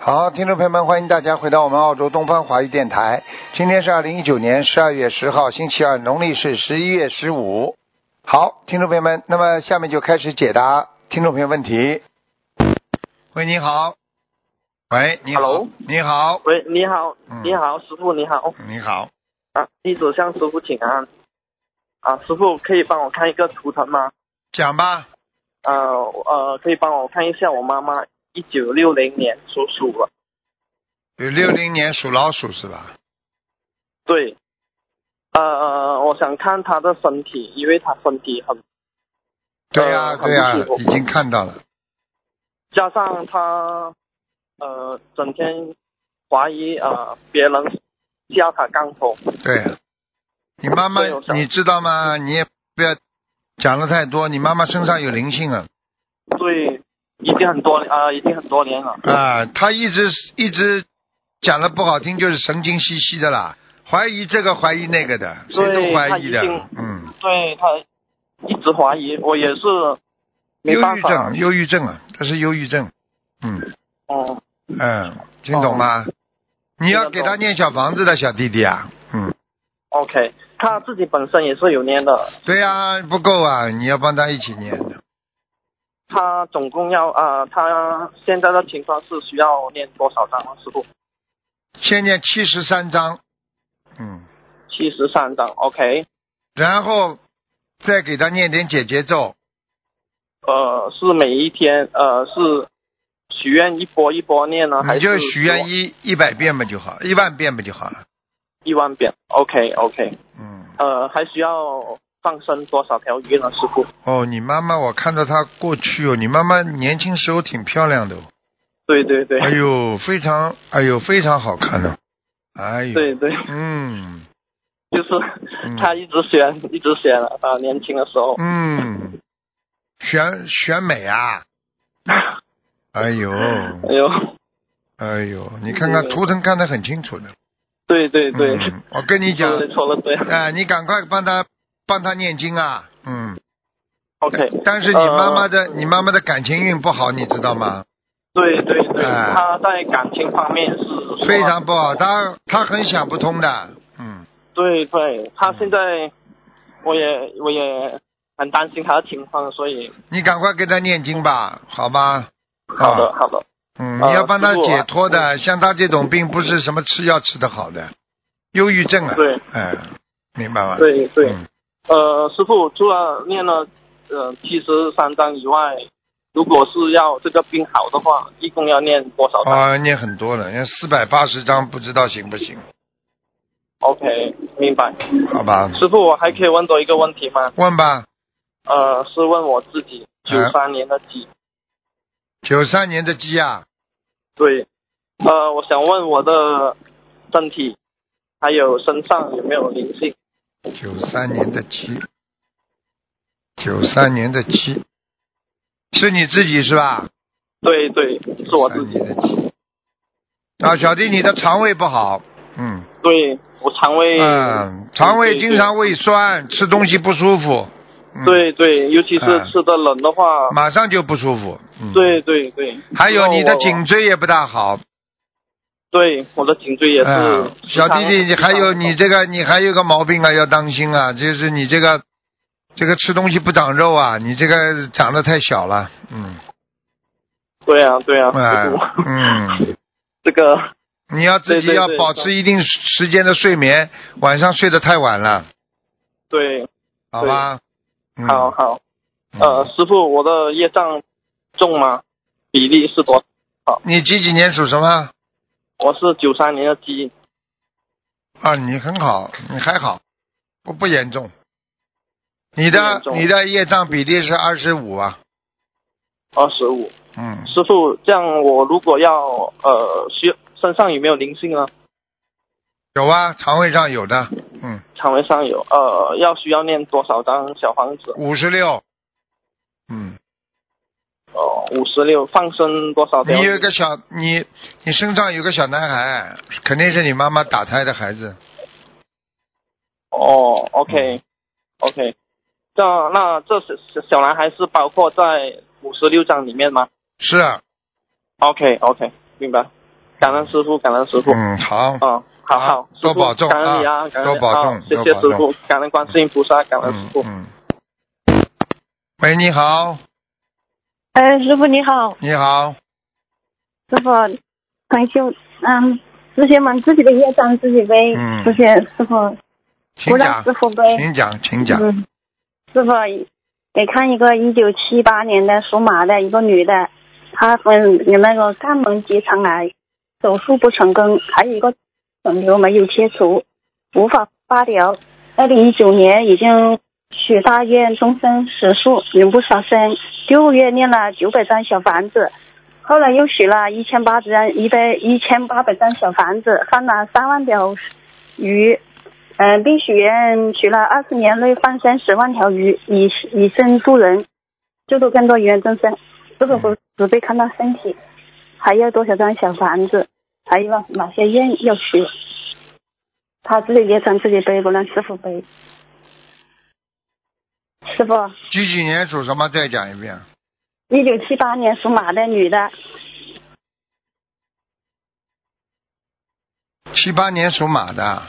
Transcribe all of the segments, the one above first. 好，听众朋友们，欢迎大家回到我们澳洲东方华语电台。今天是二零一九年十二月十号，星期二，农历是十一月十五。好，听众朋友们，那么下面就开始解答听众朋友问题。喂，你好。喂，你好。 Hello 你好。喂，你好，嗯你好，师傅，你好你好。啊！弟子向师傅请安啊！师傅，可以帮我看一个图腾吗？讲吧。呃呃，可以帮我看一下我妈妈一九六零年属鼠的，有六零年属老鼠是吧？对，呃，我想看她的身体，因为她身体很，对呀、呃对呀、很不舒服已经看到了。加上她呃整天怀疑呃别人下她杠头，对，你妈妈对我，想你知道吗？你也不要讲的太多。你妈妈身上有灵性啊对，已经很多啊、已经很多年了，啊！她一直一直讲的不好听，就是神经兮兮的啦，怀疑这个怀疑那个的，谁对都怀她疑一的定。嗯，对她一直怀疑，我也是没忧办郁法。症，忧郁症啊，她是忧郁症。嗯哦，嗯，听懂吗？你要给听得懂她念小房子的小弟弟啊。嗯， OK，他自己本身也是有念的，对呀、不够啊，你要帮她一起念的。他总共要啊、呃他现在的情况是需要念多少张啊，师傅？先念七十三章。嗯。七十三张，OK，然后再给他念点解结咒，呃，是每一天呃是许愿一波一波念啊呢，还你是就许愿一一一百遍嘛就好，一万遍嘛就好了。一万遍？OK OK，嗯，呃，还需要放生多少条鱼呢，师傅？哦，你妈妈，我看到她过去哦，你妈妈年轻时候挺漂亮的哦，对对对，哎呦，非常，哎呦，非常好看呢、哎呦，对对，嗯就是嗯他一直选一直选啊、呃年轻的时候，嗯，选选美啊，哎呦， 哎呦，哎呦，你看看对图腾看得很清楚的，对对对， 嗯，我跟你讲，错了对哎、你赶快帮她帮她念经啊，嗯。 ，OK。但是你妈妈的、呃你妈妈的感情运不好，你知道吗？对对对，哎他在感情方面是啊非常不好，她她很想不通的，嗯，对对，他现在我也我也很担心他的情况，所以你赶快给她念经吧，好吧？好的、啊好的，嗯，呃你要帮她师傅解脱的，像她这种病不是什么吃药吃的好的，忧郁症啊，对哎，明白吗？对对，嗯呃，师傅除了念了呃七十三章以外，如果是要这个病好的话，一共要念多少章、啊，念很多了，念四百八十章，不知道行不行？ o k 明白。好吧，师傅，我还可以问多一个问题吗？问吧。呃，是问我自啊己，九三年的鸡。九三年的鸡啊，对，呃，我想问我的身体，还有身上有没有灵性？九三年的鸡，九三年的鸡，是你自己是吧？对对，是我自己。三年的鸡啊，小弟，你的肠胃不好，嗯对我肠胃，嗯，肠胃经常胃酸，吃东西不舒服，嗯，对对，尤其哎是吃的冷的话，马上就不舒服，嗯，，对对对。还有你的然后我颈，椎也不大好，对我的颈椎也是。嗯，小弟弟，你还有你这个你还有个毛病啊，要当心啊，就是你这个这个吃东西不长肉啊，你这个长得太小了，嗯，对啊对啊，哎 师傅，嗯，这个你要自己对对要对保是持一定时间的睡眠，晚上睡得太晚了，对，好吧？嗯好好。嗯呃，师傅，我的业障重吗？比例是多？你几几年属什么？我是九三年的鸡。啊，你很好，你还好，不不严重。你不的严重你的业障比例是二十五啊，二十五，嗯，师傅，这样我如果要呃需身上有没有灵性啊？有啊，肠胃上有的，嗯，肠胃上有，呃，要需要念多少张小房子？五十六，嗯，哦、呃，五十六，放生多少你条鱼？有一个小你你身上有个小男孩，肯定是你妈妈打胎的孩子，哦，OK，OK，、这那这小小小男孩是包括在五十六章里面吗是啊？OK，OK，、明白。感恩师傅，感恩师傅。嗯，好，哦，好好，师多傅保重感恩你啊啊，感恩你多保重啊谢多谢保师重傅，感恩观世音菩萨，感恩师嗯傅。嗯。喂，你好，哎，师傅你好，你好，师傅，感谢，嗯，自己们自己的业障自己背，嗯谢谢师傅，请不让讲师，傅背。请讲，请讲。嗯，师傅得看一个一九七八年的属马的一个女的，她分有那个肝门结肠癌，手术不成功，还有一个肿瘤没有切除，无法化疗。二零一九年已经许大愿终身食素，永不杀生。六个月念了九百张小房子，后来又许了一千八百张一百一千八百张小房子，放了三万条鱼，嗯、并许愿许了二十年内放生十万条鱼，以以身度人，救度更多有缘众生。如果不慈悲看到身体，还要多少张小房子？还有哪些愿要许？他自己也想自己背，不让师傅背。师傅，几几年属什么？再讲一遍。一九七八年属马的女的，七八年属马的，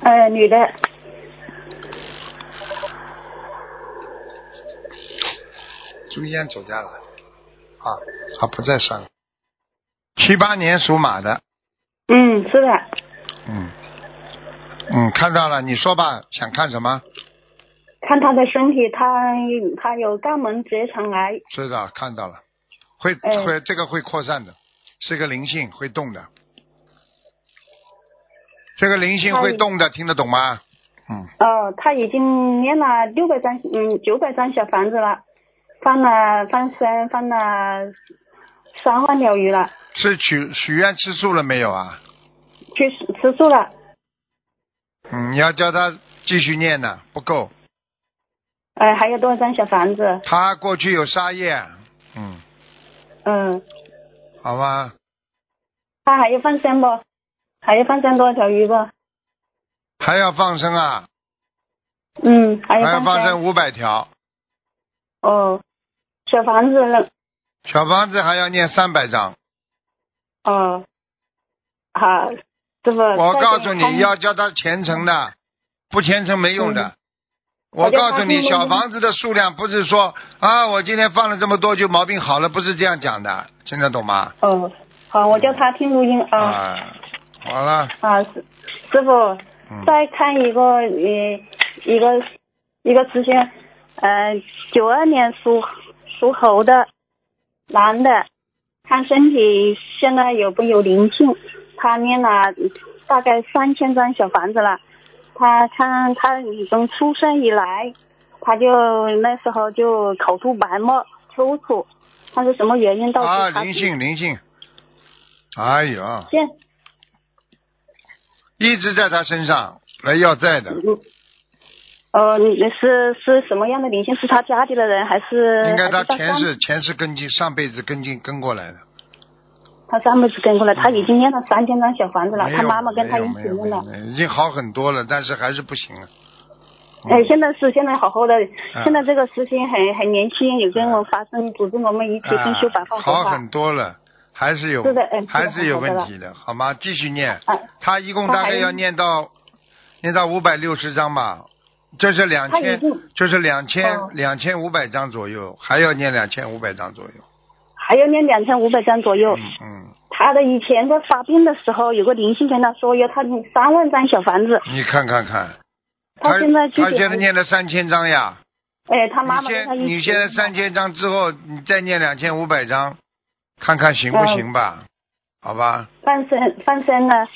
呃，女的，朱烟走掉了，啊，他不在山。七八年属马的，嗯，是的，嗯，嗯，看到了，你说吧，想看什么？看她的身体，她她有肝门结肠癌，知道，看到了，会哎会这个会扩散的，是个灵性，会动的。这个灵性会动的，听得懂吗？嗯，哦，她已经念了六百张，嗯，九百张小房子了，放了放生，放了三万条鱼了，是许许愿吃素了没有啊？去吃吃素了，嗯，你要叫他继续念呢，不够。呃，还有多少张小房子？他过去有杀业，嗯，嗯，好吗？她还要放生不？还要放生多少条鱼不？还要放生啊？嗯，还还有要放生生五百条，哦，小房子了小房子还要念三百张。哦，好，师傅，我呃再告给诉看你要叫他虔诚的，不虔诚没用嗯的。我告诉你，小房子的数量不是说啊，我今天放了这么多就毛病好了，不是这样讲的，听得懂吗？哦，好，我叫他听录音啊啊，好了，啊，师师傅，嗯，再看一个呃一个一个师兄，啊呃，九二年属属猴的男的，看身体现在有没有灵性？他念了大概三千张小房子了，他看他从出生以来，他就呃那时候就口吐白沫、抽搐，他是什么原因导啊，致他灵性灵性，哎呦，现一直在他身上来要债的，嗯，呃，你是是什么样的灵性？是他家里的人，还是应该呃还他是他前上世前世跟进，上辈子跟进跟过来的，他上辈子跟过来，他已经念了三千张小房子了，没他有妈妈跟没他有一没起有没念有了。没有，已经好很多了，但是还是不行啊。嗯哎，现在是现在好好的，啊现在这个师兄很很年轻，有跟啊我发生组织我们一起进修百放佛好法很。多了，还是有，是的嗯还是的是有好的问题的，好吗？继续念，啊，他一共大概要念到，念到五百六十章吧，这是两他已千，经这是两哦千两千五百章左右，还要念两千五百章左右。还要念两千五百张左右。嗯嗯，他的以前在发病的时候，有个灵性跟他说要他念三万张小房子，你看看看，他现在具他体现在念了三千章呀，哎，他妈你妈跟他现一起你现在三千章之后，你再念两千五百章，看看行不嗯行吧？好吧，放生放生啊了。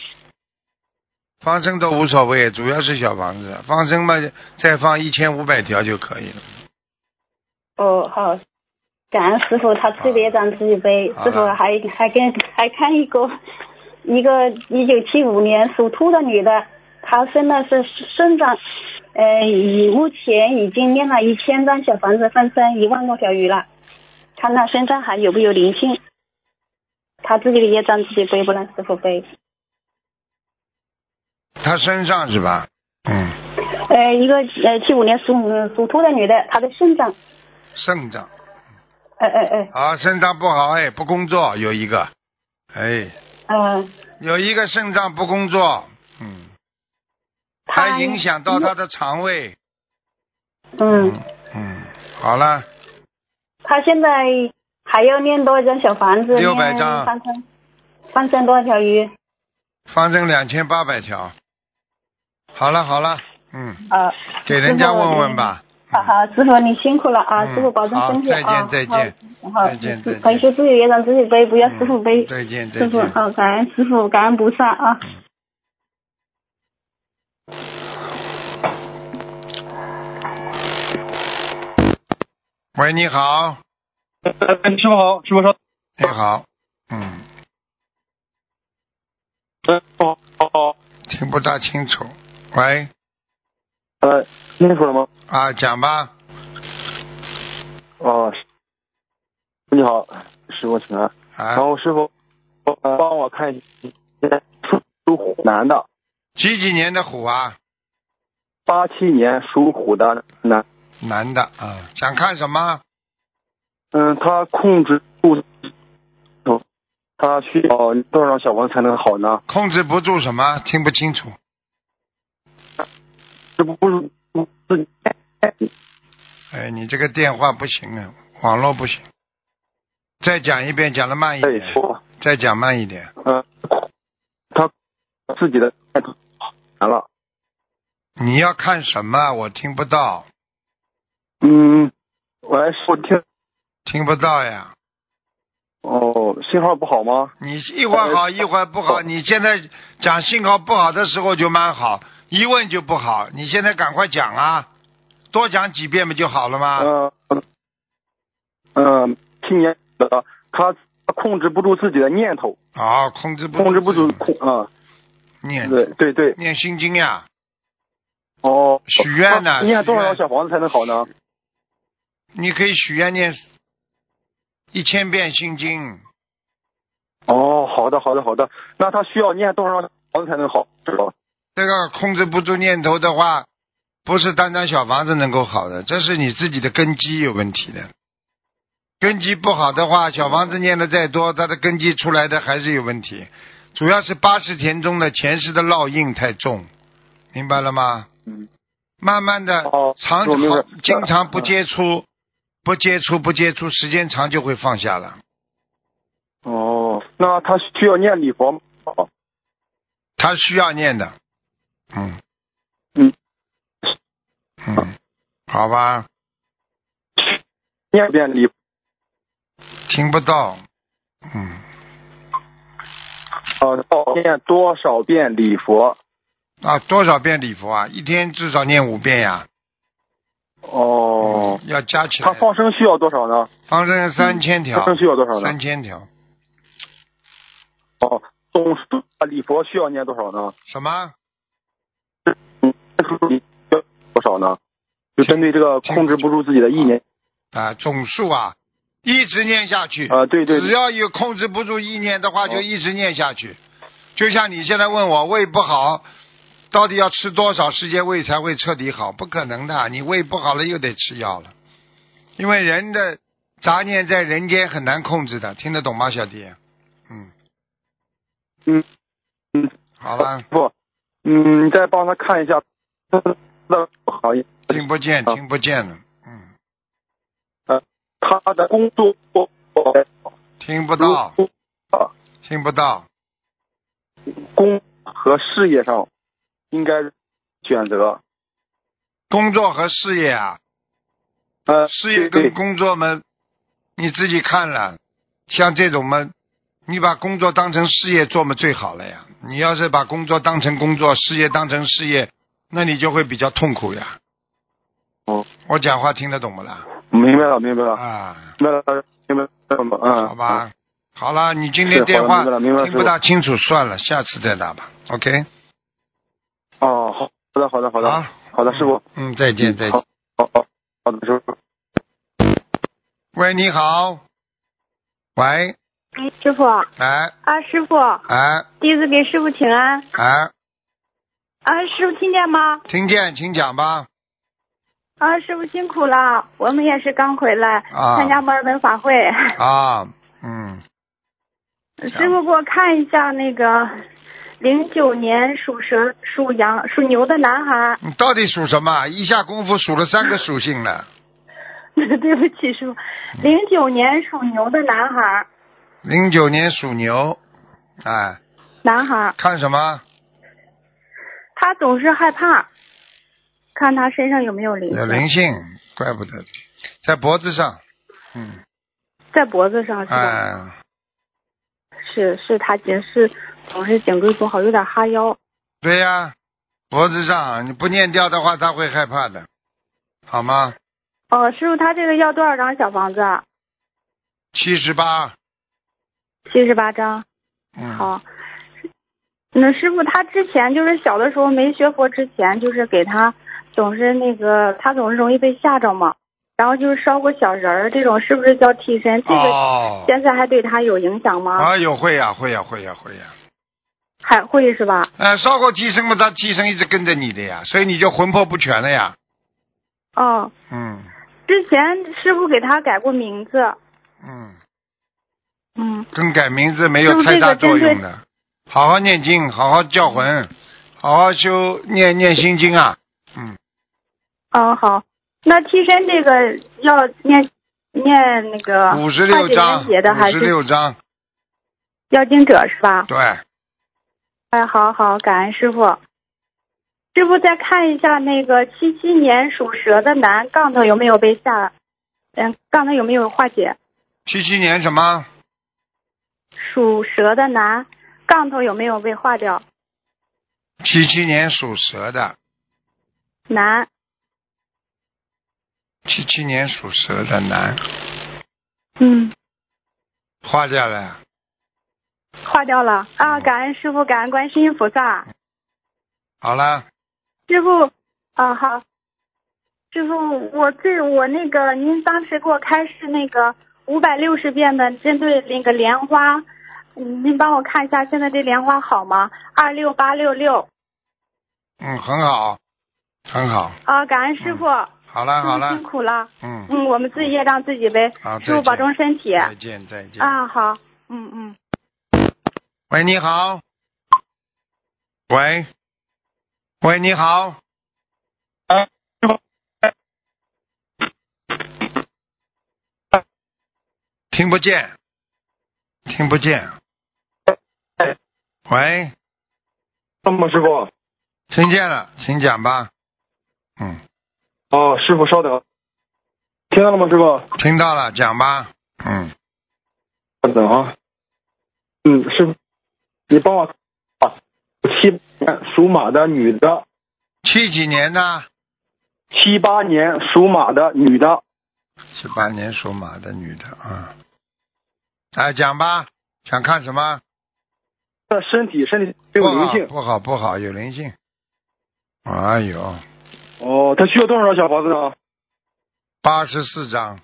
放生都无所谓，主要是小房子。放生嘛，再放一千五百条就可以了。哦，好，感恩师傅，他自己也长自己背。好师傅了还还跟还看一个一个一九七五年属兔的女的，她生的是生长，呃，以目前已经念了一千张小房子，放生一万多条鱼了，看她身上还有没有灵性。她自己的业障自己背，不让师傅背。他身上是吧？嗯，呃，一个呃七五年属属兔的女的，她的肾脏，肾脏呃呃呃，啊，肾脏不好哎，不工作有一个，哎，嗯、有一个肾脏不工作，嗯，还影响到他的肠胃。嗯，嗯，好了，他现在还要念多少张小房子？ 600念张放生，放生多少条鱼？方正两千八百条。好了好了，嗯，啊，给人家问问吧。好好，师傅你辛苦了啊，嗯师傅保重身体好啊，再见再见好，好再见再见回去自己也长自己背，不要师傅背嗯。再见再师傅，见。好，感恩师傅，感恩菩萨啊。喂，你好，呃，师傅好，师傅稍你好，嗯，等。哦哦，听不大清楚。喂，呃，听清楚了吗？啊，讲吧，哦，你好，师傅请安。然啊，后师傅，呃帮我看一下，属虎男的，几几年的虎啊？八七年属虎的男，男的啊，想看什么？嗯，他控制住，他需要多少小王才能好呢？控制不住什么？听不清楚。这不不是不是哎，你这个电话不行啊，网络不行。再讲一遍，讲的慢一再点，说，再讲慢一点。嗯、他自己的难了，你要看什么？我听不到，嗯，喂，师傅听，听不到呀。哦，信号不好吗？你一会呃儿好，一会儿不哦好。你现在讲信号不好的时候就蛮好，一问就不好。你现在赶快讲啊，多讲几遍不就好了吗？嗯嗯，青年的他控制不住自己的念头，好，控制不控制不住住控啊，念对对对，念心经呀，哦，许愿呢那念多许少愿小房子才能好呢？你可以许愿念一千遍心经。哦，好的好的好的，那他需要念多少小房子才能好？知道了这个控制不住念头的话，不是单单小房子能够好的，这是你自己的根基有问题的。根基不好的话，小房子念的再多，它的根基出来的还是有问题。主要是八十田中的前世的烙印太重，明白了吗？嗯。慢慢的，哦，长我明白嗯好，经常不见。接触，不接触，不接触，时间长就会放下了。哦，那他需要念礼佛吗？哦他需要念的，嗯，嗯，嗯，好吧，念一遍礼佛听不到，嗯，呃要念多少遍礼佛？啊，多少遍礼佛啊？一天至少念五遍呀，哦，要加起他来。放生需要多少呢？方正三千条放，生需要多少呢？三千条，哦，总数礼佛需要念多少呢？什么？嗯，多少呢？就针对这个控制不住自己的意念，啊，总数啊，一直念下去。啊、对对哦只，要有控制不住意念的话，就一直念下去。就像你现在问我胃不好，到底要吃多少时间胃才会彻底好？不可能的，你胃不好了又得吃药了，因为人的杂念在人间很难控制的，听得懂吗，小弟？嗯嗯嗯，好了，不，嗯，你再帮他看一下，那好，听不见，好听不见了，嗯，他的工作听不到，啊听不到，工和事业上应该选择，工作和事业啊，呃，事业对跟对工作嘛，你自己看了，像这种嘛，你把工作当成事业做嘛最好了呀。你要是把工作当成工作，事业当成事业，那你就会比较痛苦呀。哦，我讲话听得懂不啦？明白了，明白了，啊，明白了，明白了，嗯，好吧，好了，你今是天电好的话明白了明白了听不大清楚，算了，下次再打吧。OK，哦，好的，好的，好好的，好的，师傅，嗯，再见，再见。好好好的，师傅。喂，你好，喂，哎，师傅哎啊，师傅，哎弟子给师傅请安哎，啊，师傅听见吗？听见，请讲吧。啊，师傅辛苦了，我们也是刚回来、啊参加墨尔本法会。啊，嗯，师傅给我看一下那个零九年属蛇、属羊、属牛的男孩。你到底属什么？一下功夫数了三个属性了。 对不起，师傅，嗯零九年属牛的男孩，零九年属牛，哎，男孩，看什么？他总是害怕，看他身上有没有灵有性，灵性，怪不得在脖子上。嗯，在脖子上是吧？哎，是是他颈是总是颈椎不好，有点哈腰。对呀、脖子上你不念掉的话，他会害怕的，好吗？哦，师傅，他这个要多少张小房子啊？七十八，七十八张。嗯，好。哦那师傅他之前就是小的时候没学佛之前，就是给他总是那个他总是容易被吓着嘛，然后就是烧过小人儿这种，是不是叫替身？这个哦，现在还对他有影响吗？啊，有会呀、会呀、会呀、会呀、还会是吧？呃，烧过寄生嘛，他寄生一直跟着你的呀，所以你就魂魄不全了呀。哦，嗯之前师傅给他改过名字，嗯，嗯，更改名字没有太大作用的。好好念经，好好教魂，嗯好好修念念心经啊。嗯，哦好，那替身这个要念念那个五十六章，化解冤结的五还十是六章，要经者是吧？对，哎，好好，感恩师傅。师傅再看一下那个七七年属蛇的男杠头有没有被下，嗯，杠头有没有化解？七七年什么？属蛇的男杠头有没有被化掉？七七年属蛇的，男七七年属蛇的男，嗯，画下来。化掉了啊！感恩师傅，感恩观世音菩萨。好了，师傅啊，好，师傅，我这我那个您当时给我开示那个五百六十遍的针对那个莲花，嗯您帮我看一下现在这莲花好吗？二六八六六嗯，很好，很好，啊，感恩师傅，好了，嗯好师傅了辛，苦了，嗯，嗯，我们自己业障自己背好，再师傅见保重身体再见，再见。啊，好，嗯嗯，喂，你好。喂，喂，你好。啊你好听不见，听不见。喂，那么师傅，听见了，请讲吧。嗯，哦，师傅稍等，听到了吗，师傅？听到了，讲吧。嗯，稍等啊，嗯，师傅，你帮我啊，七属马的女的，七几年的？七八年属马的女的，七八年属马的女的啊。哎，讲吧，想看什么？她身体身体没有灵性不好，不好，不好，有灵性。哎呦，哦，她需要多少张小房子呢？八十四章，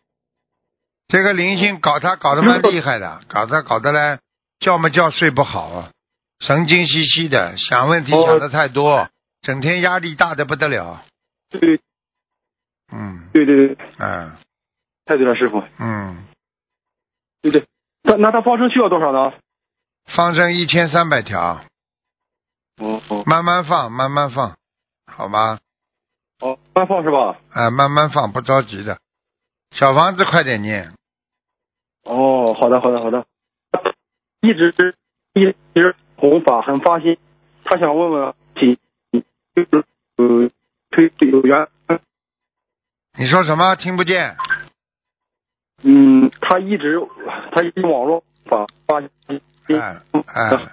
这个灵嗯性搞他搞得蛮厉害的，搞他搞得嘞，觉么觉睡不好啊，神经兮兮的，想问题哦想的太多，整天压力大的不得了。对嗯，对对对，哎，太对了，师傅，嗯，对对，那那她放生需要多少呢？放生一千三百条，哦哦慢慢放，慢慢放，好吗？哦，慢放是吧？哎，慢慢放，不着急的。小房子快点念，哦，好的，好的，好的。一直一直弘法很发心，他想问问几就是呃推有缘，你说什么听不见？嗯，他一直他一直网络法发心哎哎。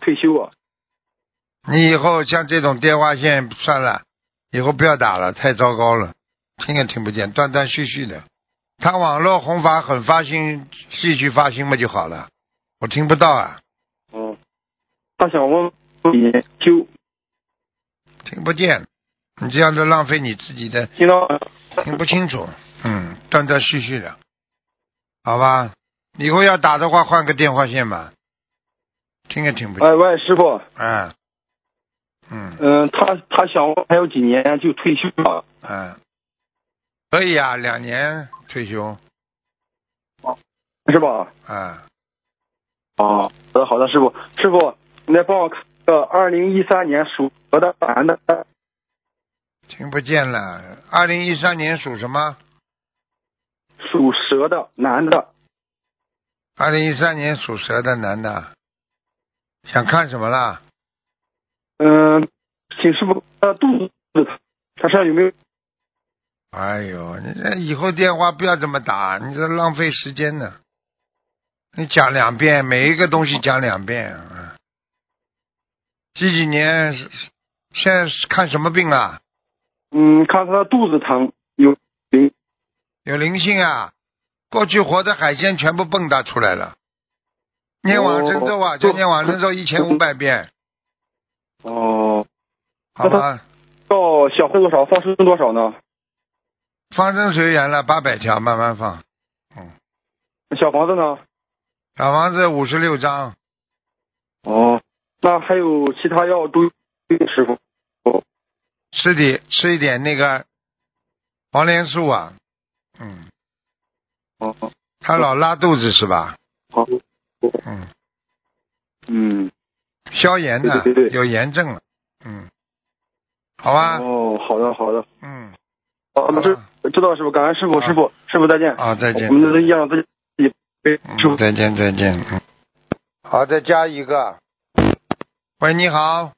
退休啊。你以后像这种电话线算了，以后不要打了，太糟糕了，听也听不见，断断续续的。他网络弘法很发心，继续发心嘛就好了。我听不到啊，哦，他想问你修听不见，你这样子浪费你自己的，听到哎吗听不清楚，嗯，断断续续的，好吧？以后要打的话，换个电话线吧，听也听不见，哎喂，师傅，啊，嗯。嗯、他他想还有几年就退休了。嗯，可以啊，两年退休是吧？啊，哦，好的好的，师傅师傅，你再帮我看个二零一三年属蛇的男的，听不见了。二零一三年属什么？属蛇的男的，二零一三年属蛇的男的，想看什么啦？嗯，请师傅呃肚子，他身上有没有？哎呦，你这以后电话不要这么打，你这浪费时间呢。你讲两遍，每一个东西讲两遍啊。几几年？现在是看什么病啊？嗯，看他的肚子疼，有灵有灵性啊！过去活的海鲜全部蹦跶出来了。念往生咒啊，哦就念往生咒一千五百遍，哦，好吧？要小喝多少，放生多少呢？放生随缘了，八百条慢慢放。嗯小房子呢？小房子五十六张，哦，那还有其他要注意，师傅。吃点吃一点那个黄连素啊，嗯，哦，他老拉肚子是吧？好，嗯，嗯，消炎的，对对对对有炎症了，嗯，好吧，哦，好的，好的，嗯，好的，好知知道了师傅，感恩师傅，啊师傅，师傅再见。啊，再见我。们的让自己被师傅嗯，。再见，再见。嗯，好，再加一个。喂，你好。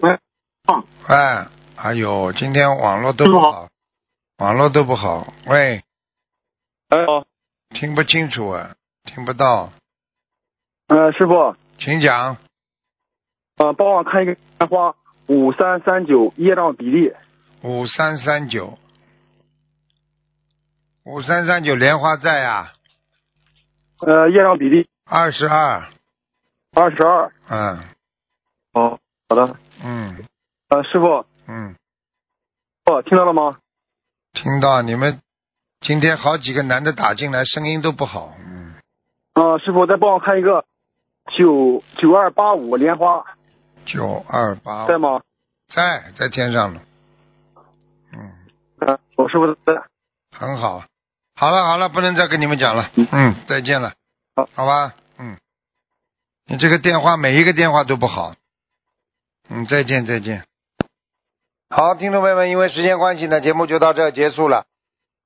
喂，啊哎，哎呦，今天网络都师不傅好，网络都不好。喂，哎，好，听不清楚啊，听不到，呃，师傅，请讲。呃，帮我看一个莲花五三三九业障比例。五三三九，五三三九莲花寨啊，呃，业障比例二十二。二十二。嗯哦，好的。嗯呃，师傅，嗯，哦，听到了吗？听到你们今天好几个男的打进来，声音都不好。嗯，呃，师傅，再帮我看一个九九二八五莲花，九二八在吗？在在天上了。嗯，嗯，我师傅在。很好。好了好了，不能再跟你们讲了。嗯，再见了。好好吧。嗯，你这个电话每一个电话都不好。嗯，再见再见。好，听众朋友们，因为时间关系呢，节目就到这儿结束了。